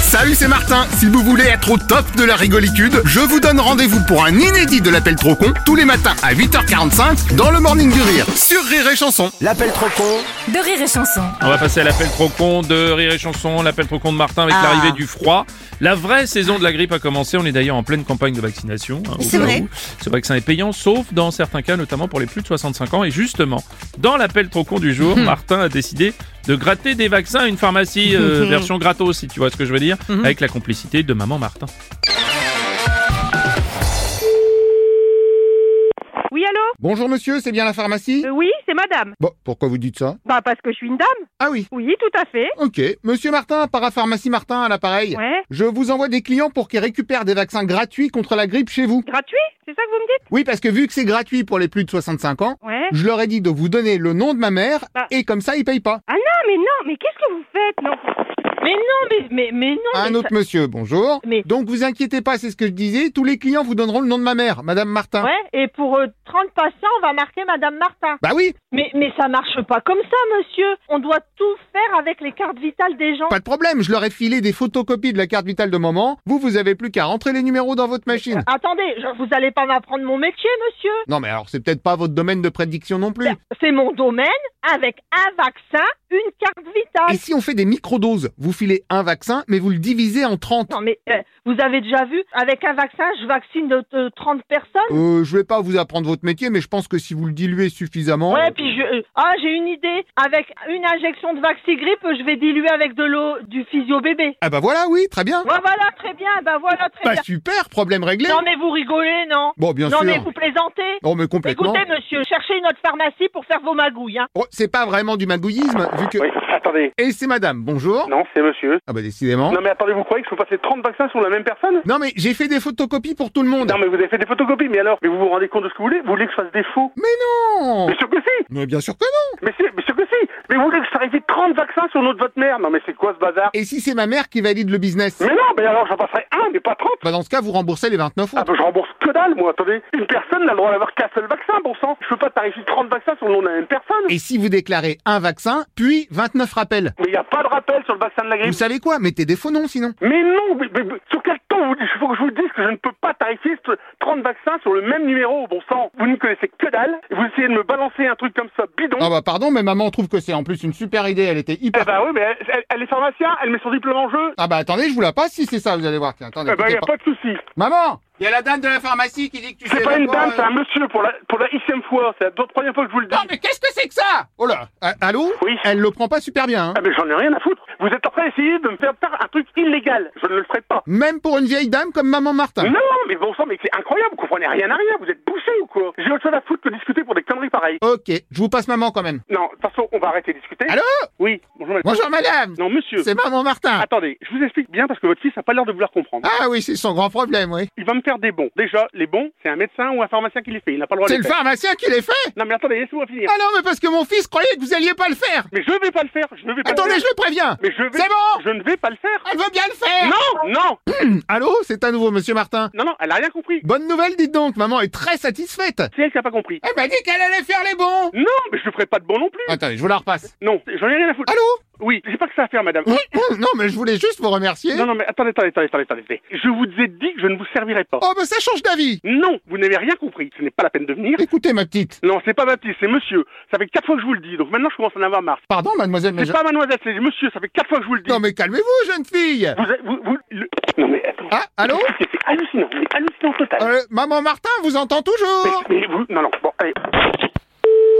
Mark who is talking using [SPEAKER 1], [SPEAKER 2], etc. [SPEAKER 1] Salut, c'est Martin. Si vous voulez être au top de la rigolitude, je vous donne rendez-vous pour un inédit de l'appel trop con tous les matins à 8h45 dans le Morning du Rire sur Rire et Chanson.
[SPEAKER 2] L'appel trop con
[SPEAKER 3] de rire et chanson.
[SPEAKER 4] On va passer à l'appel trop con de Rire et Chanson, l'appel trop con de Martin avec
[SPEAKER 3] Ah.
[SPEAKER 4] l'arrivée du froid. La vraie saison de la grippe a commencé, on est d'ailleurs en pleine campagne de vaccination. hein, au
[SPEAKER 3] C'est
[SPEAKER 4] cas
[SPEAKER 3] vrai.
[SPEAKER 4] où. Ce vaccin est payant, sauf dans certains cas, notamment pour les plus de 65 ans. Et justement, dans l'appel trop con du
[SPEAKER 3] Mhm.
[SPEAKER 4] jour, Martin a décidé de gratter des vaccins à une pharmacie
[SPEAKER 3] Mhm.
[SPEAKER 4] euh, version gratos, si tu vois ce que je veux dire, avec la complicité de Maman Martin.
[SPEAKER 5] Oui, allô
[SPEAKER 1] Bonjour monsieur, c'est bien la pharmacie
[SPEAKER 5] Euh, Oui, c'est madame.
[SPEAKER 1] Bon, pourquoi vous dites ça
[SPEAKER 5] Bah, parce que je suis une dame.
[SPEAKER 1] Ah oui.
[SPEAKER 5] Oui, tout à fait.
[SPEAKER 1] Ok, monsieur Martin, parapharmacie Martin à l'appareil.
[SPEAKER 5] Ouais.
[SPEAKER 1] Je vous envoie des clients pour qu'ils récupèrent des vaccins gratuits contre la grippe chez vous.
[SPEAKER 5] Gratuit C'est ça que vous me dites
[SPEAKER 1] Oui, parce que vu que c'est gratuit pour les plus de 65 ans,
[SPEAKER 5] Ouais.
[SPEAKER 1] je leur ai dit de vous donner le nom de ma mère
[SPEAKER 5] Bah.
[SPEAKER 1] et comme ça ils payent pas.
[SPEAKER 5] Ah non, mais non, mais qu'est-ce que vous faites Non. Mais non, mais, mais, mais non.
[SPEAKER 1] Un
[SPEAKER 5] Ah, mais
[SPEAKER 1] autre monsieur, bonjour.
[SPEAKER 5] Mais-
[SPEAKER 1] Donc vous inquiétez pas, c'est ce que je disais, tous les clients vous donneront le nom de ma mère, Madame Martin.
[SPEAKER 5] ça- Ouais, et pour euh, 30 patients, on va marquer Madame Martin.
[SPEAKER 1] Bah oui,
[SPEAKER 5] Mais, mais ça marche pas comme ça, monsieur. On doit tout faire avec les cartes vitales des gens.
[SPEAKER 1] pas de problème, je leur ai filé des photocopies de la carte vitale de maman. Vous, vous avez plus qu'à rentrer les numéros dans votre machine.
[SPEAKER 5] Euh, attendez, je- vous allez pas m'apprendre mon métier, monsieur.
[SPEAKER 1] Non mais alors c'est peut-être pas votre domaine de prédiction non plus.
[SPEAKER 5] C'est mon domaine avec un vaccin, une carte vitale.
[SPEAKER 1] Et si on fait des microdoses Vous filez un vaccin, mais vous le divisez en 30.
[SPEAKER 5] Non, mais euh, vous avez déjà vu, avec un vaccin, je vaccine de, de 30 personnes.
[SPEAKER 1] Euh, je vais pas vous apprendre votre métier, mais je pense que si vous le diluez suffisamment...
[SPEAKER 5] Ouais, puis je. euh, Ah, j'ai une idée. Avec une injection de Vaxigrippe, je vais diluer avec de l'eau du physio bébé.
[SPEAKER 1] Ah bah voilà, oui, très bien.
[SPEAKER 5] Ouais, voilà, très bien. Bah voilà, très
[SPEAKER 1] Bah
[SPEAKER 5] bien.
[SPEAKER 1] super, problème réglé.
[SPEAKER 5] Non, mais vous rigolez, non
[SPEAKER 1] Bon, bien
[SPEAKER 5] Non,
[SPEAKER 1] sûr.
[SPEAKER 5] mais vous plaisantez.
[SPEAKER 1] Oh mais complètement.
[SPEAKER 5] Écoutez, monsieur, cherchez une autre pharmacie pour faire vos magouilles. Hein.
[SPEAKER 1] Oh, c'est pas vraiment du magouillisme, vu que...
[SPEAKER 6] Oui, attendez.
[SPEAKER 1] Et c'est madame, bonjour.
[SPEAKER 6] Non, c'est monsieur.
[SPEAKER 1] Ah bah décidément.
[SPEAKER 6] Non, mais attendez, vous croyez que je peux passer 30 vaccins sur la même personne
[SPEAKER 1] Non mais j'ai fait des photocopies pour tout le monde.
[SPEAKER 6] Non, mais vous avez fait des photocopies, mais alors Mais vous vous rendez compte de ce que vous voulez Vous voulez que je fasse des faux
[SPEAKER 1] Non.
[SPEAKER 6] Mais sûr que si
[SPEAKER 1] Mais bien sûr que non.
[SPEAKER 6] Mais si, mais sûr que si Mais vous voulez que je fasse 30 vaccins sur notre votre mère Non, mais c'est quoi ce bazar
[SPEAKER 1] Et si c'est ma mère qui valide le business
[SPEAKER 6] Mais non, mais alors j'en passerai un, mais pas 30
[SPEAKER 1] Bah dans ce cas, vous remboursez les 29
[SPEAKER 6] Ah
[SPEAKER 1] autres.
[SPEAKER 6] bah je rembourse que dalle, moi, attendez Une personne n'a le droit d'avoir qu'un seul vaccin, bon sang Je peux pas tarifier 30 vaccins sur le nom de la même personne
[SPEAKER 1] Et si vous déclarez un vaccin, puis 29 rappels
[SPEAKER 6] Mais il a pas de rappel sur le vaccin de la
[SPEAKER 1] Vous
[SPEAKER 6] grippe
[SPEAKER 1] savez quoi Mettez des faux noms sinon.
[SPEAKER 6] Mais non mais, mais- mais sur quel temps vous dites Il faut que je vous dise que je ne peux pas tarifier ce- 30 vaccins sur le même numéro, bon sang Vous ne connaissez que dalle, et vous essayez de me balancer un truc comme ça, bidon
[SPEAKER 1] Ah bah pardon, mais maman trouve que c'est en plus une super idée, elle était
[SPEAKER 6] Eh
[SPEAKER 1] hyper...
[SPEAKER 6] ben oui, mais elle, elle- elle est pharmacien, elle met son diplôme en jeu
[SPEAKER 1] Ah bah attendez, je vous la passe si c'est ça, vous allez voir. Tiens, attendez,
[SPEAKER 6] Eh ben, y
[SPEAKER 1] écoutez
[SPEAKER 6] a
[SPEAKER 1] pas.
[SPEAKER 6] pas de souci.
[SPEAKER 1] Maman Il y a la dame de la pharmacie qui dit que tu
[SPEAKER 6] C'est pas une dame, c'est un monsieur pour la, pour la xème fois. C'est la deux- troisième fois que je vous le dis.
[SPEAKER 1] euh. Non mais qu'est-ce que c'est que ça Oh là Ah, Allô
[SPEAKER 6] Oui.
[SPEAKER 1] Elle le prend pas super bien, hein.
[SPEAKER 6] Ah, mais j'en ai rien à foutre. Vous êtes en train d'essayer de me faire faire un truc illégal. Je ne le ferai pas.
[SPEAKER 1] Même pour une vieille dame comme maman Martin.
[SPEAKER 6] Non, mais bon sang, mais c'est incroyable. Vous comprenez rien à rien. Vous êtes bouché ou quoi J'ai autre chose à foutre que de discuter pour des conneries pareilles.
[SPEAKER 1] Ok, je vous passe maman quand même.
[SPEAKER 6] Non, de toute façon, on va arrêter de discuter.
[SPEAKER 1] Allô
[SPEAKER 6] Oui, bonjour madame.
[SPEAKER 1] Bonjour madame
[SPEAKER 6] Non, monsieur.
[SPEAKER 1] C'est maman Martin
[SPEAKER 6] Attendez, je vous explique bien parce que votre fils n'a pas l'air de vouloir comprendre.
[SPEAKER 1] Ah oui, c'est son grand problème, oui.
[SPEAKER 6] Il va me faire des bons. Déjà, les bons, c'est un médecin ou un pharmacien qui les fait. Il n'a pas le droit de
[SPEAKER 1] C'est
[SPEAKER 6] les
[SPEAKER 1] le
[SPEAKER 6] faire.
[SPEAKER 1] pharmacien qui les fait
[SPEAKER 6] Non, mais attendez, laissez-moi finir.
[SPEAKER 1] Ah non, mais parce que mon fils croyait que vous alliez pas le faire
[SPEAKER 6] Mais je vais pas le faire. Je ne vais pas le
[SPEAKER 1] Attendez,
[SPEAKER 6] faire.
[SPEAKER 1] je le préviens
[SPEAKER 6] Mais je vais.
[SPEAKER 1] C'est bon Ah.
[SPEAKER 6] Je ne vais pas le faire.
[SPEAKER 1] Elle veut bien le faire
[SPEAKER 6] Non, non,
[SPEAKER 1] Allô, c'est à nouveau monsieur Martin.
[SPEAKER 6] non, non, elle a rien compris.
[SPEAKER 1] Bonne nouvelle, dites donc, maman est très satisfaite
[SPEAKER 6] C'est elle qui a pas compris.
[SPEAKER 1] Elle m'a dit qu'elle allait faire les bons
[SPEAKER 6] Non, mais je ferai pas de bon non plus.
[SPEAKER 1] Attendez, je vous la repasse.
[SPEAKER 6] Non, j'en ai rien à foutre.
[SPEAKER 1] Allô Hum,
[SPEAKER 6] Oui, j'ai pas que ça à faire, madame.
[SPEAKER 1] Non, mais je voulais juste vous remercier.
[SPEAKER 6] Non, non, mais attendez, attendez, attendez, attendez, attendez. Je vous ai dit que je ne vous servirai pas.
[SPEAKER 1] Oh, mais ça change d'avis
[SPEAKER 6] Non, vous n'avez rien compris. Ce n'est pas la peine de venir.
[SPEAKER 1] Écoutez, ma petite.
[SPEAKER 6] Non, c'est pas ma petite, c'est monsieur. Ça fait quatre fois que je vous le dis, donc maintenant je commence à en avoir marre.
[SPEAKER 1] Pardon, mademoiselle, mais
[SPEAKER 6] C'est
[SPEAKER 1] je-
[SPEAKER 6] pas mademoiselle, c'est monsieur, ça fait quatre fois que je vous le dis.
[SPEAKER 1] Non, mais calmez-vous, jeune fille
[SPEAKER 6] Vous, êtes- vous, vous- le- Non, mais attends.
[SPEAKER 1] Ah, allô
[SPEAKER 6] C'est c'est hallucinant, c'est hallucinant total.
[SPEAKER 1] Euh, Maman Martin vous entend toujours
[SPEAKER 6] Mais vous... Non, non, bon, allez.